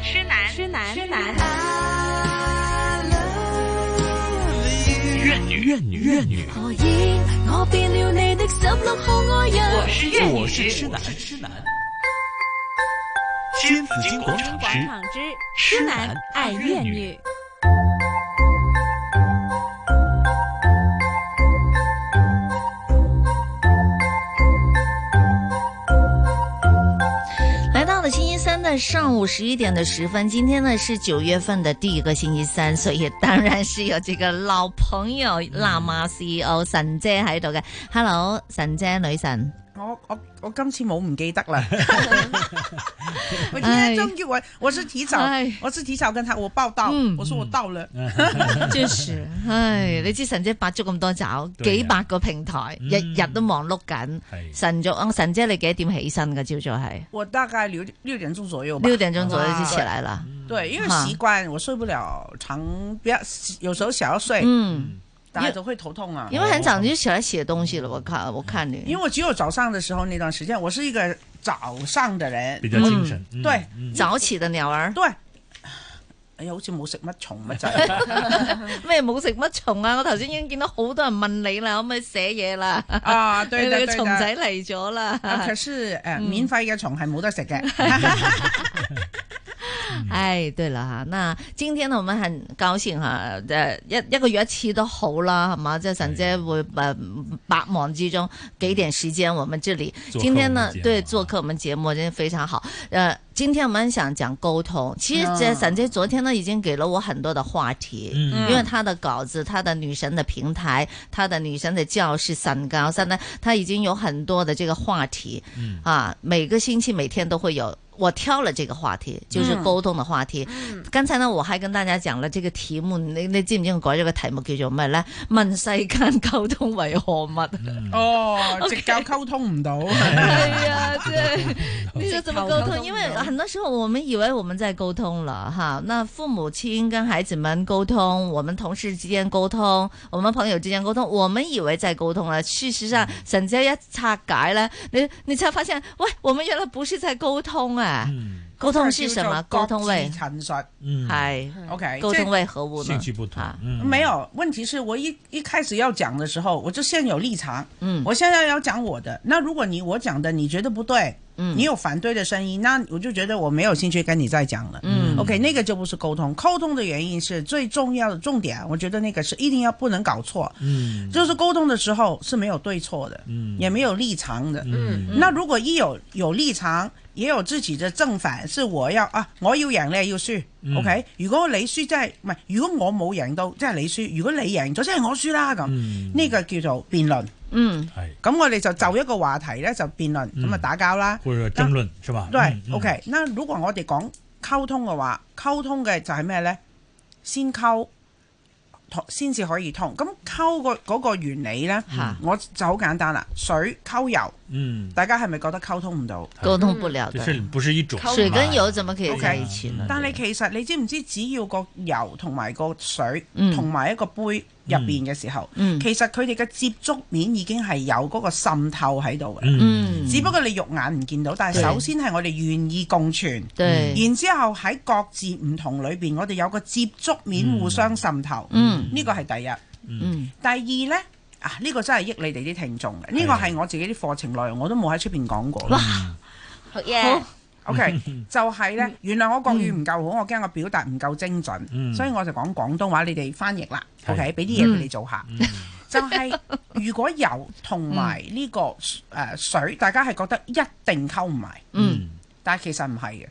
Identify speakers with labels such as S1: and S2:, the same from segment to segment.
S1: 痴男痴男。
S2: 怨女怨女怨女，
S3: 何以我變了你的十六號愛人？
S2: 是
S1: 怨女
S2: 我是痴男痴男。金紫金广场
S1: 广
S2: 之
S1: 场之
S2: 痴
S1: 痴
S2: 男
S1: 男
S2: 爱
S1: 爱
S2: 乐
S1: 怨
S2: 女
S1: 女。
S4: 来到了星期三的上午十一点的十分，今天呢是九月份的第一个星期三，所以当然是有这个老朋友辣妈 CEO 神姐喺度嘅。Hello，神姐女神，
S5: 我我我今次冇唔記得 啦，我今
S4: 哎
S5: 天終於我我是提早
S4: 哎，
S5: 我是提早跟他我報到
S4: 嗯，
S5: 我說我到了，
S4: 就是，唉，你知神姐八足咁多爪，
S2: 對啊
S4: 幾百個平台，
S2: 嗯
S4: 日日都忙碌緊。
S2: 係
S4: 神早，神姐你幾點起身嘅？朝早係
S5: 我大概六六點鐘左右吧
S4: 六。點鐘左右就
S5: 哇
S4: 起來啦。
S5: 對，因為
S4: 哈
S5: 習慣我睡不了長，不要有時候想要睡，
S4: 嗯，
S5: 大家都會頭痛啊。
S4: 因為很早就起來寫東西了，我看我看你，
S5: 因為我只有早上的時候那段時間，我是一個早上的人
S2: 比，較精神。嗯
S5: 對
S2: 嗯
S4: 早起的鳥兒。
S5: 對。哎呀，好似冇食乜蟲啊乜 滯，
S4: 咩冇食乜蟲啊！我頭先已經見到好多人問你啦，可唔可以寫嘢啦？
S5: 啊！對
S4: 你
S5: 對
S4: 哋嘅
S5: 對對
S4: 蟲仔嗯嚟咗啦！
S5: 啊可是誒，免費嘅蟲係冇得食嘅。
S2: 嗯
S4: 唉，對啦吓，那今天呢，我們很高興吓，誒一一個月一次都好啦，係嘛？即係神
S2: 哎
S4: 姐會誒百忙之中給點時間我們這裡。
S2: 嗯做客
S4: 今天呢
S2: 我們節，目
S4: 對
S2: 啊
S4: 做客我們節目真的非常好。呃，今天我們想講溝通，其實
S2: 啊
S4: 這
S5: 嗯
S4: 沈姐昨天呢已經給了我很多的話題。
S2: 嗯
S4: 因为她的稿子、她的女神的平台、她的女神的教室、三高三呢，她已经有很多的这个话题
S2: 嗯
S4: 啊，每个星期每天都会有。我挑了这个话题，就是沟通的话题。刚才呢，我还跟大家讲了这个题目，你你知唔知我改咗个题目叫做咩呢？ 問世間溝通為何物？
S5: 哦，直教溝通 唔到。
S4: 哎呀，对，你说怎么沟
S1: 沟通
S4: 通？
S1: 不
S4: 因为
S1: 了
S4: 很多时候我们以为我们在沟通了哈，那父母亲跟孩子们沟通，我们同事之间沟通，我们朋友之间沟通，我们以为在沟通了，事实上沈姐一拆解呢，你你才发现，喂，我们原来不是在沟通啊，
S2: 嗯
S4: 沟通是 什么？沟通为
S5: 陈述
S2: 嗯，
S4: 嗨，
S5: ，OK，
S4: 沟通
S5: 为
S4: 为何物呢
S2: 兴？趣不同
S4: 啊，
S2: 嗯
S5: 没有问题。是我一一开始要讲的时候，我就先有立场，
S4: 嗯
S5: 我现在要讲我的。那如果你我讲的你觉得不对，
S4: 嗯
S5: 你有反对的声音，那我就觉得我没有兴趣跟你再讲了。
S4: 嗯
S5: OK，那个就不是沟通，沟通的原因是最重要的重点，我觉得那个是一定要不能搞错，
S2: 嗯
S5: 就是沟通的时候是没有对错的，
S2: 嗯
S5: 也没有立场的。
S2: 嗯
S5: 那如果一有有立場，也有自己嘅正反，是我要啊，我要贏你要輸、
S2: 嗯
S5: o k 如果你輸即係唔係？如果我冇贏到，即係你輸；如果你贏咗，即係我輸啦咁。
S2: 嗯
S5: 呢、個叫做辯論。
S4: 嗯
S2: 係
S5: 咁我哋就就一個話題咧就辯論，咁啊
S2: 嗯
S5: 打交啦。
S2: 或者爭論是吧？
S5: 對、
S2: 嗯嗯
S5: o k 那如果我哋講溝通嘅話，溝通嘅就係咩呢？先溝，同先至可以通。咁溝個嗰個原理呢，
S4: 吓，
S5: 我就好簡單啦。水溝油，
S2: 嗯，
S5: 大家係咪覺得溝通唔到？
S4: 沟通不了
S2: 就是
S4: 的，
S2: 不是一种
S4: 水
S2: 嘛
S4: 跟油怎么可以
S5: OK
S4: 在一起呢？
S5: 但係其實你知唔知，只要個油同埋個水
S4: 嗯
S5: 同埋一個杯入邊嘅時候，
S4: 嗯
S5: 其實佢哋嘅接觸面已經係有嗰個滲透喺度嘅。
S2: 嗯
S4: 嗯，
S5: 只不過你肉眼唔見到，但係
S4: 對
S5: 首先係我哋願意共存，
S4: 对，
S5: 然之後喺各自唔同裏邊，我哋有個接觸面
S2: 嗯
S5: 互相滲透。
S4: 嗯
S5: 呢個係第一。
S4: 嗯
S5: 第二呢，啊呢個真係益你哋啲聽眾嘅。呢個係我自己啲課程內容，我都冇喺出邊講過。
S2: 嗯
S1: 好嘢，
S5: OK，就 係
S4: 嗯
S5: 呢。原來我國語唔夠好，我驚我表達唔夠精準，
S2: 嗯
S5: 所以我就講廣東話，你哋翻譯啦。
S2: 係
S5: OK，俾
S4: 嗯
S5: 啲嘢佢哋 做下。就係如果油同埋呢個誒水，大家係覺得一定溝唔埋，
S4: 嗯
S5: 但係其實唔係嘅。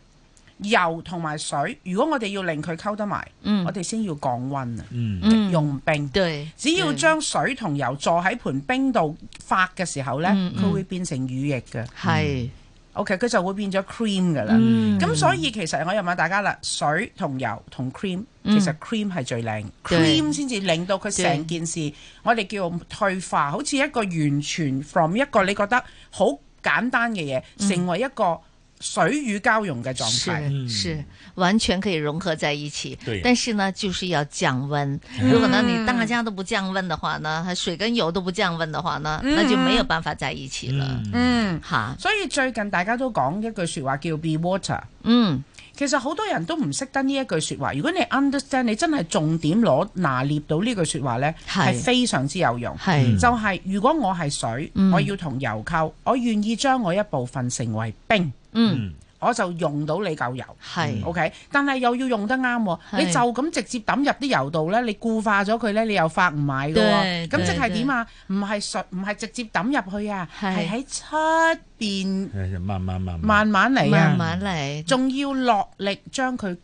S5: 油同埋水，如果我哋要令佢溝得埋，我
S4: 嗯
S5: 哋先要降温啊，
S2: 嗯嗯
S4: 嗯，
S5: 用冰。
S4: 對，
S5: 只要將水同油坐喺盤冰度發嘅時候呢，
S4: 嗯嗯
S5: 佢會變成乳液嘅。
S4: 係，
S5: OK，佢就會變咗 cream 㗎啦。
S4: 嗯
S5: 咁所以其實我又問大家啦，水同油同 cream，
S4: 嗯
S5: 其實 cream 係最靚
S4: 對
S5: ，cream 先至令到佢成件事，我哋叫退化，好似一個完全 from 一個你覺得好簡單嘅嘢，成為一個水乳交融嘅狀態。
S4: 嗯是是完全可以融合在一起
S2: 對，
S4: 但是呢，就是要降温。如果呢你大家都不降温的话呢，还水跟油都不降温的话呢，那就没有办法在一起了。
S2: 嗯
S5: 嗯，
S4: 哈，
S5: 所以最近大家都講一句説話叫 be water。
S4: 嗯
S5: 其實好多人都唔識得呢一句説話。如果你 understand，你真係重點攞拿捏到呢句説話呢，
S4: 係
S5: 係非常之有用。
S4: 係
S5: 就係、如果我係水，
S4: 嗯
S5: 我要同油溝，我願意將我一部分成為冰，
S4: 嗯
S2: 嗯
S5: 我就用到你嚿油。
S4: 係
S5: OK，但係又要用得啱喎。
S4: 係
S5: 你就咁直接抌入啲油度咧，你固化咗佢咧，你又發唔埋嘅
S4: 對
S5: 喎。咁即
S4: 對
S5: 係點啊？唔係水，唔係直接抌入去啊，
S4: 係
S5: 係喺出邊
S2: 哎慢慢慢
S5: 慢慢嚟
S4: 慢
S5: 啊，
S4: 慢嚟，
S5: 仲要落力將佢。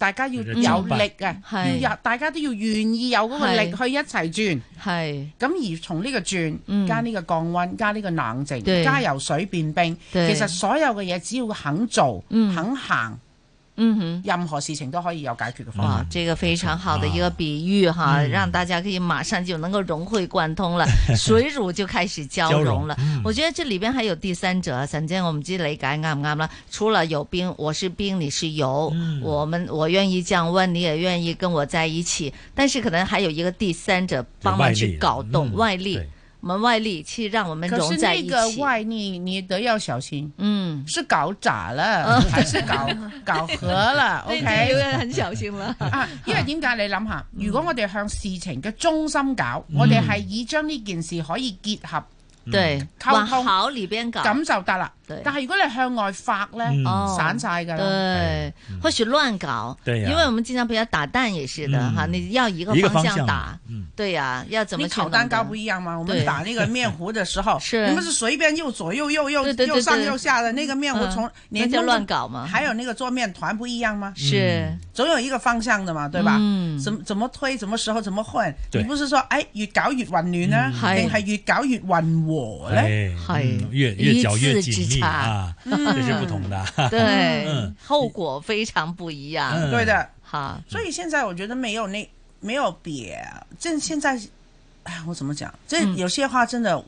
S5: 大家要
S2: 佢就
S5: 有
S2: 轉吧
S5: 力啊，
S4: 係
S5: 要有大家都要願意有嗰個力
S4: 係
S5: 去一齊轉，
S4: 係
S5: 咁而從呢個轉、
S4: 嗯
S5: 加呢個降溫，加呢個冷
S4: 對
S5: 靜，加由水變冰，
S4: 對
S5: 其實所有嘅嘢只要肯做、
S4: 嗯
S5: 肯行，
S4: 嗯哼。
S5: 任何事情都可以有解決
S2: 嗯
S5: 嘅方法。
S4: 哇，啊这个非常好的一个比喻哈，让大家可以马上就能够融会贯通 了，水乳就开始交
S2: 交
S4: 融
S2: 融
S4: 了。
S2: 嗯
S4: 我觉得这里边还有第三者，沈姐，我唔知理解啱唔啱啦。除了有冰，我是冰，你是油，
S2: 嗯
S4: 我们我愿意降温，你也愿意跟我在一起，但是可能还有一个第三者帮忙去搞懂
S2: 嗯
S4: 外力，
S2: 对
S4: 我们外力去让嗯我们
S5: 可
S4: 融
S5: 是
S4: 在
S5: 那
S4: 一
S5: 个
S4: 起。
S5: 外力，你得要小心，
S4: 嗯，
S5: 是搞砸了，还是搞搞 合了
S4: 有
S5: ？OK
S4: 点很小心啦。
S5: 啊，因為點解你諗下，
S4: 嗯
S5: 如果我哋向事情嘅中心搞，我哋係以將呢件事可以結合
S2: 嗯
S4: 对，
S5: 溝
S4: 往
S5: 通
S4: 好里边搞。
S5: 咁就得啦。
S4: 對
S5: 但係如果你向外發
S2: 嗯
S5: 呢，
S4: 哦
S5: 散晒㗎啦。
S4: 对，或许乱搞，
S2: 哎对呀
S4: 因为我们经常比较打蛋也是的
S2: 嗯
S4: 哈，你要一个
S2: 一个方
S4: 向
S2: 向
S4: 打，
S2: 嗯
S4: 对呀，要怎么
S5: 你
S4: 去
S5: 烤
S4: 弄
S5: 蛋糕
S4: 的
S5: 不一樣嘛？我
S4: 對
S5: 們打那個面糊的時 候，
S4: 是
S5: 你們是隨便右左右右右
S4: 對對對
S5: 右上
S4: 對
S5: 右下的那個面糊
S4: 嗯
S5: 從
S4: 那
S5: 連
S4: 叫
S5: 中
S4: 乱搞吗？
S5: 還有那個做面團不一樣嗎？
S4: 是
S2: 嗯
S5: 总有一个方向的嘛，对吧？
S4: 嗯
S5: 怎么怎么推，怎么时候，怎么混？
S2: 对
S5: 你不是说哎越搞越混亂呢，
S4: 嗯
S5: 定係越搞越混和呢？
S2: 哎，
S4: 哎
S2: 嗯越越嚼越紧密啊，
S4: 嗯
S5: 嗯
S2: 这是不同的。
S4: 对
S2: 嗯，
S4: 后果非常不一样。
S2: 嗯
S5: 对的，
S4: 哈，
S5: 所以现在我觉得没有那没有别，这现在，哎，我怎么讲？这
S4: 嗯
S5: 有些话真的。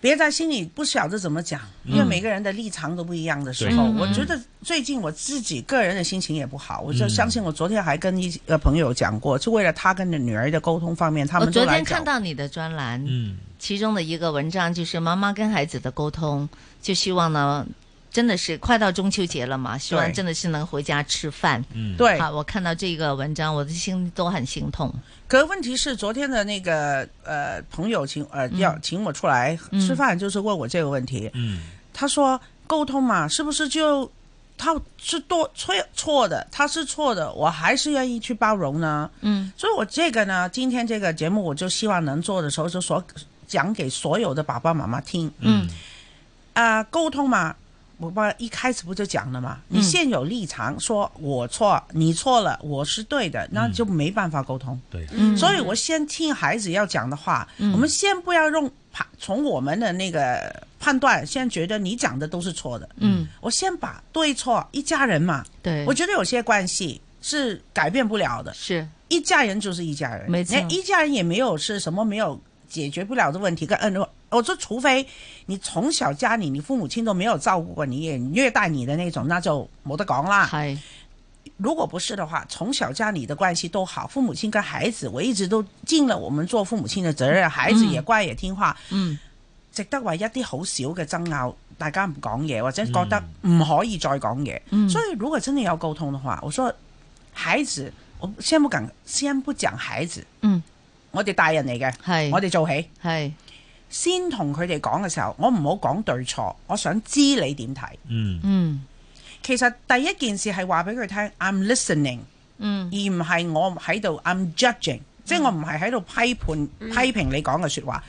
S5: 别在心里不晓得怎么讲，因为每个人的立场都不一样的时候，
S4: 嗯对
S5: 我
S4: 嗯
S5: 觉得最近我自己个人的心情也不好。我就
S2: 嗯
S5: 相信我昨天还跟一个朋友讲过，就为了他跟女儿的沟通方面，他
S4: 我
S5: 们都
S4: 昨
S5: 来
S4: 天
S5: 找
S4: 看到你的专栏，
S2: 嗯，
S4: 其中的一个文章就是妈妈跟孩子的沟通，就希望呢，真的是快到中秋节了嘛，希望
S5: 对
S4: 真的是能回家吃饭。
S2: 嗯，
S5: 对
S4: 好，我看到这个文章，我的心都很心痛。
S5: 可是问题是，昨天的那个呃朋友请呃要请我出来
S4: 嗯
S5: 吃饭，就是问我这个问题。
S2: 嗯，
S5: 他说沟通嘛，是不是就他是多错错的，他是错的，我还是愿意去包容呢？
S4: 嗯
S5: 所以我这个呢，今天这个节目，我就希望能做的时候，就所讲给所有的爸爸妈妈听
S4: 嗯
S5: 啊、沟通嘛。我爸一开始不就讲了嘛？你
S4: 嗯
S5: 现有立场，说我错，你错了，我是对的，那就没办法沟通。
S2: 对，
S4: 嗯，
S5: 所以我先听孩子要讲的话，我们先不要用判从我们的那个判断，先觉得你讲的都是错的。
S4: 嗯，
S5: 我先把对错一家人嘛，
S4: 对，
S5: 我觉得有些关系是改变不了的，
S4: 是
S5: 一家人就是一家人，
S4: 没错
S5: 那一家人也没有是什么没有解决不了的问题跟呃恩。我说，除非你从小家里你父母亲都没有照顾过你，也虐待你的那种，那就冇得讲啦。
S4: 系
S5: 如果不是的话，从小家里的关系都好，父母亲跟孩子，我一直都尽了我们做父母亲的责任，孩子也乖也听話，
S4: 嗯
S5: 值得為一啲好少嘅爭拗，大家唔講嘢，或者覺得唔可以再講嘢。
S4: 嗯
S5: 所以如果真的要溝通的話，我說孩子，我先不講，先不講孩子，
S4: 嗯
S5: 我哋大人嚟嘅，
S4: 系
S5: 我哋做起，
S4: 系
S5: 先同佢哋講嘅時候，我唔好講對錯，我想知你點睇。
S2: 嗯
S4: 嗯
S5: 其實第一件事係話俾佢聽，I'm listening。
S4: 嗯
S5: 而唔係我喺度 I'm judging，即係我唔係喺度批判、
S4: 嗯
S5: 批評你講嘅説話。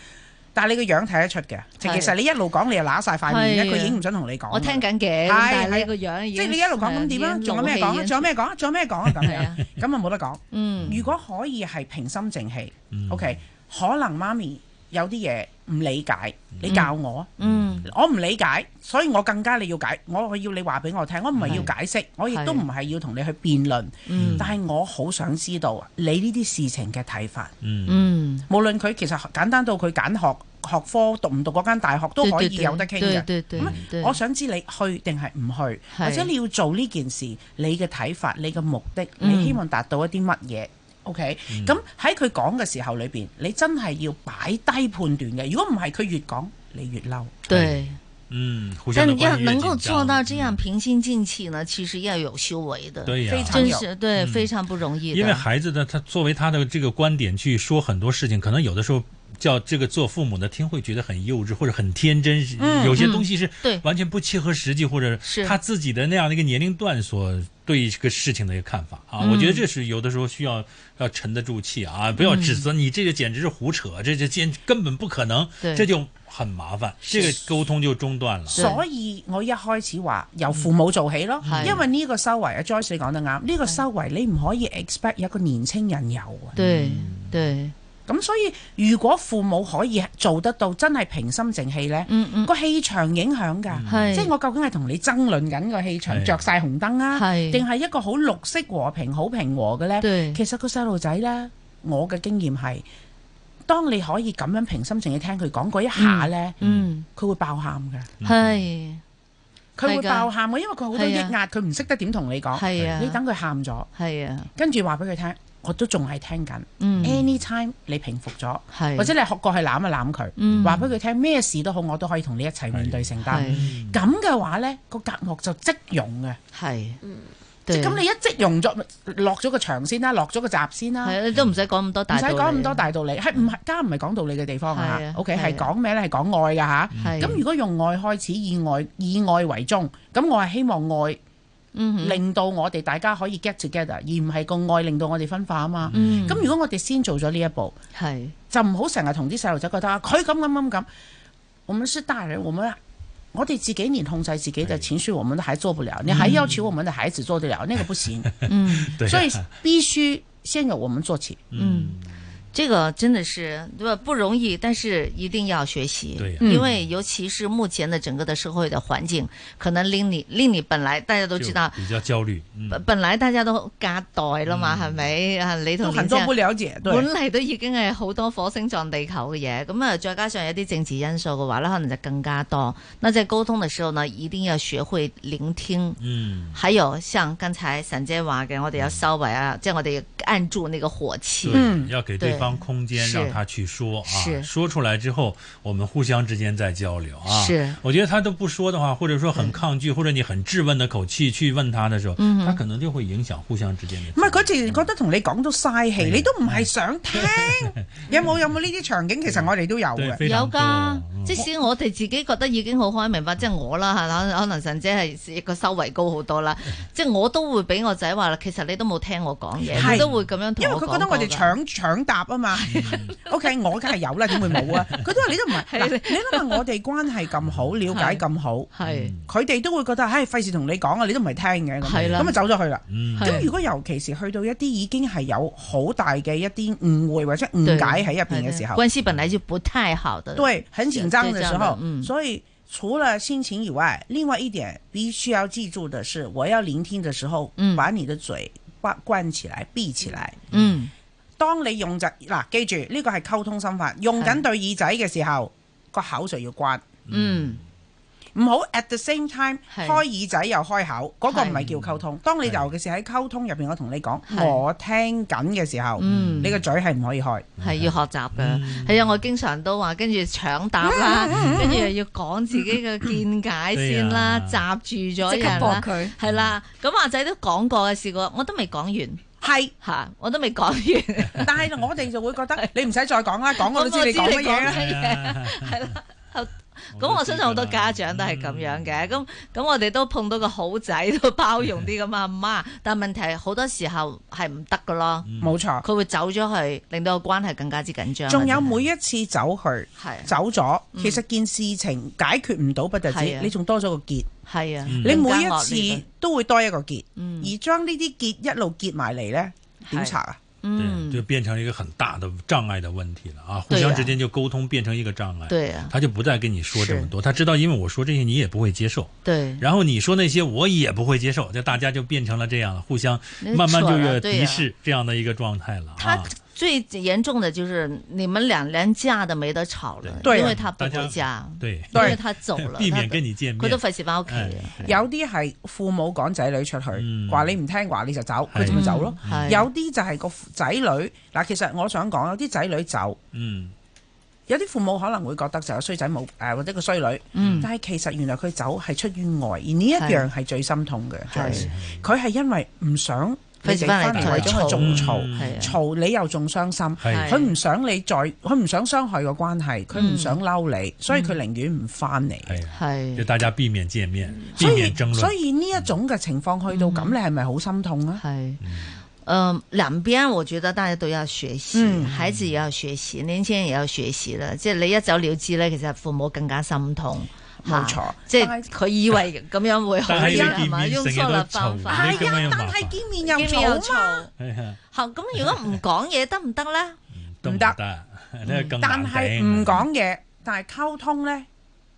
S5: 但係你個樣睇得出嘅，其
S4: 係
S5: 實你一路講你又揦晒塊面咧，
S4: 係啊
S5: 佢已經唔想同你講。
S4: 我聽，緊嘅，
S5: 係
S4: 但係你
S5: 係
S4: 個樣已
S5: 即係
S4: 經
S5: 你一路講咁點啊？仲有咩講啊？仲有咩講 啊？仲有咩講啊？咁
S4: 係啊
S5: 樣咁啊冇得講。
S4: 嗯
S5: 如果可以係平心靜氣
S2: 嗯
S5: ，OK，可能媽咪有啲嘢唔理解，你教我啊。
S4: 嗯
S5: 我唔理解，所以我更加你要解，我要你話俾我聽，我唔係要解釋，我亦都唔係要同你去辯論，
S4: 嗯
S5: 但係我好想知道啊你呢啲事情嘅睇法，
S2: 嗯
S4: 嗯
S5: 無論佢其實簡單到佢揀學學科讀唔讀嗰間大學都可以有得傾
S4: 對
S5: 嘅。
S4: 對對對，
S5: 我想知你去定係唔去，
S4: 係
S5: 或者你要做呢件事，你嘅睇法、你嘅目的，
S4: 嗯
S5: 你希望達到一啲乜嘢？OK，咁喺佢講嘅時候裏邊，你真係要擺低判斷嘅。如果唔係，佢越講你越嬲。
S4: 對
S2: 嗯，互相
S4: 但
S2: 的
S4: 要
S2: 关系越
S4: 能够
S2: 紧
S4: 做
S2: 张
S4: 到这样平心静气呢，其实要有修为的，
S2: 嗯对呀、
S5: 非常
S4: 真
S5: 有
S4: 是对
S2: 嗯
S4: 非常不容易的。
S2: 因为孩子呢，他作为他的这个观点去说很多事情，可能有的时候叫这个做父母的听会觉得很幼稚或者很天真，
S5: 嗯
S2: 有些东西是
S4: 对
S2: 完全不切合实际，或者
S4: 是
S2: 他自己的那样的一个年龄段所对这个事情的一个看法啊。
S4: 嗯
S2: 我觉得这是有的时候需要要沉得住气啊，不要指责你这个简直是胡扯，这这简根本不可能，
S4: 对
S2: 这就很麻烦，这个沟通就中断了。
S5: 所以我一開始話由父母做起咯，
S4: 嗯係
S5: 因為呢個修為啊，Joyce 你講得啱，呢個修為你唔可以 expect 一個年青人有啊。
S4: 对
S2: 嗯
S4: 对，
S5: 咁所以如果父母可以做得到，真係平心靜氣呢，
S4: 嗯嗯，
S5: 個氣場影響㗎。
S4: 系
S5: 即係我究竟係同你爭論緊個氣場
S2: 係
S5: 着晒紅燈啊，
S4: 係
S5: 定係一個好綠色和平、好平和嘅呢？
S4: 对
S5: 其實個細路仔呢，我嘅經驗係，當你可以咁樣平心靜氣聽佢講嗰一下呢，
S4: 嗯
S5: 佢、會爆喊㗎。
S2: 嗯
S4: 系
S5: 佢會
S4: 係㗎
S5: 爆喊嘅，啊因為佢好多抑
S4: 係
S5: 壓，佢唔識得點同你講。
S4: 系啊，
S5: 你等佢喊咗，
S4: 系啊，
S5: 跟住話俾佢聽，我都仲係聽緊。
S4: 嗯
S5: Anytime 你平復咗，
S4: 系
S5: 或者你學過去攬一攬佢，
S4: 嗯
S5: 話俾佢聽咩事都好，我都可以同你一齊面對承擔。
S4: 系
S2: 嗯
S5: 咁嘅話呢，個隔膜就即溶嘅。
S4: 系
S1: 嗯
S5: 即
S4: 对
S5: 係咁你一即溶咗，落咗個牆先啦，落咗個閘先啦。
S4: 系啊都唔使講咁多
S5: 唔
S4: 大
S5: 使
S4: 道理，啊嗯
S5: 講咁多大道理，係唔係家唔係講道理嘅地方啊
S4: 係啊
S5: ？OK，
S4: 係啊
S5: 係講咩呢？係講愛㗎啊吓。
S4: 係，
S5: 咁如果用愛開始，以愛以愛為中，咁我係希望愛。
S4: 嗯哼
S5: 令到我哋大家可以 get together，而唔係個愛令到我哋分化啊嘛。
S4: 嗯
S5: 咁、如果我哋先做咗呢一步，
S4: 系
S5: 就唔好成日同啲細路仔覺得啊佢咁咁咁咁。我們是大人，我們我哋自己連控制自己的情緒，我們都還做不了。你還要求我們的孩子做 得了，那個不行。
S4: 嗯
S2: 对啊
S5: 所以必須先由我們做起。
S4: 嗯。这个真的是不不容易，但是一定要学习，
S2: 对呀
S4: 因
S5: 嗯
S4: 为尤其是目前的整个的社会的环境，可能令你令你本来大家都
S2: 就
S4: 知道，
S2: 比较焦虑，嗯
S4: 本本來大家都隔代啦嘛，係咪啊？你同
S5: 都很
S4: 年
S5: 多
S4: 青
S5: 不
S4: 人
S5: 了解，對
S4: 本嚟都已經係好多火星撞地球嘅嘢，咁啊，再加上有啲政治因素嘅話咧，可能就更加多。那在溝通嘅時候呢，一定要學會聆聽。
S2: 嗯，
S4: 還有像剛才沈姐話嘅，我哋有收圍啊，
S1: 嗯
S4: 即係我哋要按住那個火氣。
S2: 对，要给对
S4: 嗯对
S2: 方空间，
S4: 是
S2: 让他去说啊。
S4: 是
S2: 说出来之后，我们互相之间再交流啊。
S4: 是，嗯
S2: 我觉得他都不说的话，或者说很抗拒，或者你很质问的口气去问他的时候，他可能就会影响互相之間的。
S5: 唔係佢
S4: 嗯
S5: 直覺得同你講到嘥
S4: 啊
S5: 氣，你都唔係想聽。有冇有冇呢啲場景？其實我哋都有
S2: 對
S5: 嘅。
S2: 非
S4: 有
S2: 常多
S5: 啊
S4: 噶，
S2: 嗯
S4: 即使我哋自己覺得已經好開明
S5: 嗯
S4: 白，即係我啦嚇，可能神姐係個收圍高好多啦，
S5: 嗯
S4: 即係我都會俾我仔話啦，其實你都冇聽我講嘢，
S5: 係
S4: 佢都會咁樣同
S5: 因為
S4: 我講
S5: 佢覺得我哋
S4: 過㗎
S5: 搶搶答啊嘛。OK，我梗係有啦，點會冇啊？佢都話你都唔係嗱，
S4: 係
S5: 你諗下我哋關係 咁好，了解咁好，
S4: 係
S5: 佢哋都會覺得唉，費事同你講啊，你都唔係聽嘅咁，
S4: 係啦
S5: 咁啊走咗去啦。
S2: 嗯，
S4: 係
S5: 咁如果尤其是去到一啲已經係有好大嘅一啲誤會或者誤解喺入邊嘅時候，
S4: 關係本來就不太好的，
S5: 對，很緊張嘅時
S4: 對這樣
S5: 候
S4: 的，嗯
S5: 所以除了心情以外，另外一點必須要記住的是，我要聆聽的時候，
S4: 嗯
S5: 把你的嘴關關起來、閉起來。
S4: 嗯，
S5: 當你用就嗱，記住呢個係溝通心法，用緊對耳仔嘅時候，個口就要關，
S4: 嗯
S5: 唔好 at the same time
S4: 係
S5: 開耳仔又開口，嗰、個唔係
S4: 係
S5: 叫溝通。當你尤其是喺溝通入邊，我同你講
S4: 係
S5: 我聽緊嘅時候，
S4: 嗯，
S5: 你個嘴係唔可以開。
S4: 係要學習
S5: 嗯
S4: 嘅，係啊，我經常都話跟住搶答啦，跟住又要講自己嘅見解先啦，
S2: 對
S5: 啊
S4: 閘住咗
S1: 即刻
S4: 人
S1: 駁
S4: 啦，
S1: 佢
S4: 係啦，咁阿仔都講過嘅，試過我都未講完。
S5: 係，
S4: 吓， 我都未講完，
S5: 但係我哋就會覺得你唔使再講啦，講我都知你講乜嘢啦。
S4: 乜嘢，係啦。咁我相信好多家長都係咁樣嘅，咁咁我哋都碰到個好仔都包容啲咁啊媽，但問題好多時候係唔得噶咯，
S5: 冇錯，
S4: 佢會走咗去，令到個關係更加之緊張。
S5: 仲有每一次走去
S4: 係
S5: 走咗，其實件事情解決唔到不特止
S4: 嗯係，啊
S5: 你仲多咗個結。
S4: 係啊，
S5: 你每
S4: 更加惡
S5: 一
S4: 劣啊
S5: 次都會多一個結，
S4: 嗯
S5: 而將呢啲結一路結埋嚟呢，點查啊？
S2: 对，
S4: 嗯，
S2: 就變成一個很大的障礙的問題了啊！互
S4: 對呀
S2: 相之間就沟通變成一個障礙，
S4: 對啊，
S2: 他就不再跟你说这么
S4: 是
S2: 多，他知道因为我说这些你也不會接受，
S4: 對，
S2: 然后你说那些我也不会接受，就大家就变成了这样了，互相慢慢就越敌视这样的一个状态了
S4: 他
S2: 啊。
S4: 最嚴重的就是你們兩連架都沒得吵了，
S5: 對
S4: 因為他不
S2: 大家
S4: 回啊家，
S2: 对，
S4: 因
S5: 對
S4: 為他走了，
S2: 避
S4: 他
S2: 免跟你见面
S4: 佢都。費事翻屋企啊
S2: 哎。
S5: 有啲係父母趕仔女出去，
S2: 嗯
S5: 話你唔聽話你就走，
S2: 係
S5: 佢就咪走咯。
S4: 嗯係
S5: 有啲就係個仔女嗱，其實我想講有啲仔女走，
S2: 嗯，
S5: 有啲父母可能會覺得就有衰仔冇誒或者個衰女，
S4: 嗯
S5: 但係其實原來佢走係出於愛，而呢一樣係最心痛嘅。
S4: 係
S5: Joyce 佢係因為唔想你哋翻
S4: 佢
S5: 嚟
S4: 哋
S5: 為
S4: 為
S5: 咗
S4: 咗
S5: 佢
S4: 佢
S5: 仲
S2: 嗯
S5: 嘈，
S4: 係啊，
S5: 嘈你又仲傷心。
S2: 係
S5: 佢唔想你再，佢唔想傷害個關
S4: 嗯
S5: 係，佢唔想嬲你，所以佢寧願唔翻嚟。
S2: 係啊，
S4: 係
S2: 就大家避免見面，避
S5: 所以
S2: 免爭論。
S5: 所以呢一種嘅情況去到
S4: 嗯
S5: 咁，你係咪好心痛啊？
S4: 係。嗯，兩邊我覺得大家都要學習，
S5: 嗯
S4: 孩子也要學習，年輕人也要學習啦。即係你一走了之咧，其實父母更加心痛。
S5: 冇
S4: 嚇
S5: 錯
S4: 即
S5: 但
S4: 係
S5: 係
S4: 佢以為咁樣會好
S2: 但係
S4: 啲
S2: 你
S4: 係
S2: 見
S4: 嘛？
S2: 面
S4: 用
S2: 成日
S4: 錯
S2: 都
S4: 啦方
S2: 嘈，
S4: 法，
S2: 呢咁樣有麻
S5: 但係
S2: 煩。
S5: 見面又
S4: 見面又
S5: 嘈嘛，
S4: 嘈。
S2: 係啊，
S4: 好，咁如果唔講嘢得唔得咧？
S2: 都唔
S5: 唔
S2: 得
S5: 得，
S2: 呢更
S5: 但
S2: 難
S5: 係
S2: 頂
S5: 唔講嘢，但係溝通呢，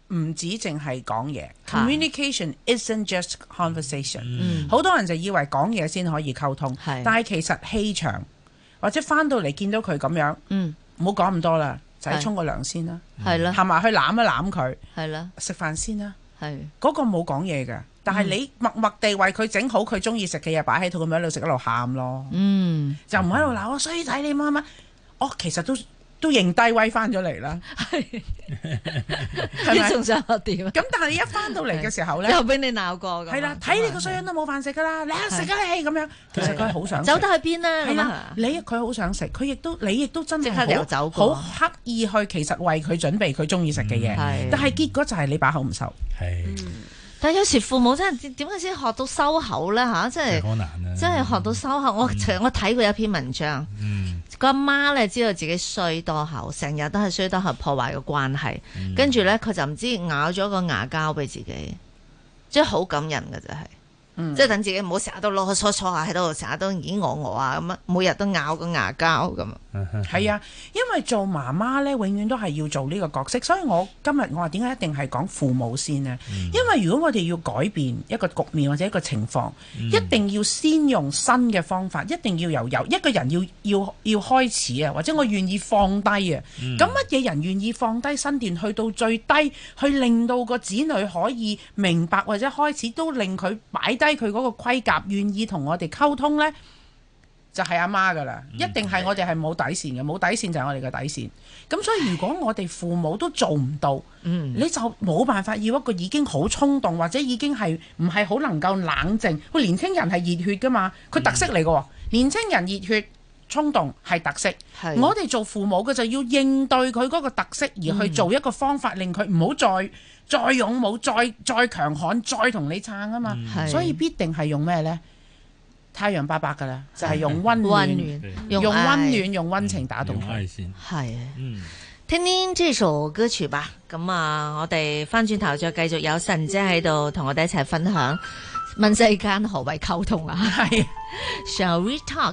S5: 唔止淨係講嘢。
S4: 嚇
S5: Communication isn't just conversation。
S2: 嗯，
S5: 好多人就以為講嘢先可以溝通，
S4: 係
S5: 但係其實氣場或者翻到嚟見到佢咁樣，
S4: 嗯，
S5: 唔好講咁多啦，仔
S4: 係
S5: 沖個涼先啦，
S4: 係啦，
S5: 行埋去攬一攬佢，
S2: 嗯
S4: 係啦，
S5: 食飯先啦。
S4: 係
S5: 嗰個冇講嘢嘅，但
S4: 嗯
S5: 係你默默地為佢整好佢中意食嘅嘢擺喺度，咁樣一路食一路喊咯，
S4: 嗯，
S5: 就唔喺度鬧我衰仔你乜乜，我其實都都認低威翻咗 嚟啦，係
S4: 你
S5: 咪？
S4: 仲想我點啊？
S5: 咁但係一翻到嚟嘅時候咧，
S4: 又俾你鬧過㗎嘛，
S5: 係啦，睇你個衰人都冇飯食噶啦，你啊食啊你咁樣，其實佢係好想食
S4: 走得去邊啦？
S5: 係
S4: 咁
S5: 啦
S4: 啊，
S5: 你佢好想食，佢亦都你亦都真係
S4: 即刻又走
S5: 好
S4: 過嗯
S5: 好刻意去其實為佢準備佢中意食嘅嘢，
S4: 係
S5: 但係結果就係你把口唔收。
S2: 係
S4: 但有時父母真係點解先學到收口咧吓？真
S2: 係
S4: 係
S2: 好難啊，
S4: 真係學到收口。我我睇過一篇文章，
S2: 嗯
S4: 個阿媽咧知道自己衰多口，成日都係衰多口破壞個關係，
S2: 嗯
S4: 跟住咧佢就唔知咬咗個牙膠俾自己，即係好感人嘅就係。
S5: 嗯
S4: 即係等自己唔好成日都囉囉嗦嗦啊，喺度成日都咦我我啊咁啊，每日都咬個牙膠咁啊。
S2: 嗯
S5: 係啊，因為做媽媽咧，永遠都係要做呢個角色，所以我今日我話點解一定係講父母先呢？因為如果我哋要改變一個局面或者一個情況，一定要先用新嘅方法，一定要由由一個人要要要開始啊，或者我願意放低啊。咁乜嘢人願意放低身段去到最低，去令到個子女可以明白或者開始都令佢擺低佢嗰個盔甲，願意同我哋溝通呢？就係阿媽噶啦，一定係我哋係冇底線嘅，冇底線就係我哋嘅底線。咁所以如果我哋父母都做唔到，
S4: 嗯，
S5: 你就冇辦法要一個已經好衝動或者已經係唔係好能夠冷靜。喂，年青人係熱血噶嘛，佢特色嚟嘅喎。年青人熱血衝動係特色，
S4: 係啊
S5: 我哋做父母嘅就要應對佢嗰個特色，而去做一個方法，令佢唔好再再勇武、再再強悍、再同你撐啊嘛。
S4: 係
S5: 所以必定係用咩呢？太陽伯伯噶啦，就係用温暖、
S4: 温
S2: 對
S4: 暖，
S5: 用温
S4: 愛
S5: 暖、用温情打動
S2: 有愛
S5: 佢。
S2: 心，
S4: 係。啊
S2: 嗯，
S4: 聽聽這首歌曲吧，咁啊，我哋翻轉頭再繼續有神姐喺度同我哋一齊分享問世間何謂溝通啊
S5: 係。
S4: ？Shall we talk？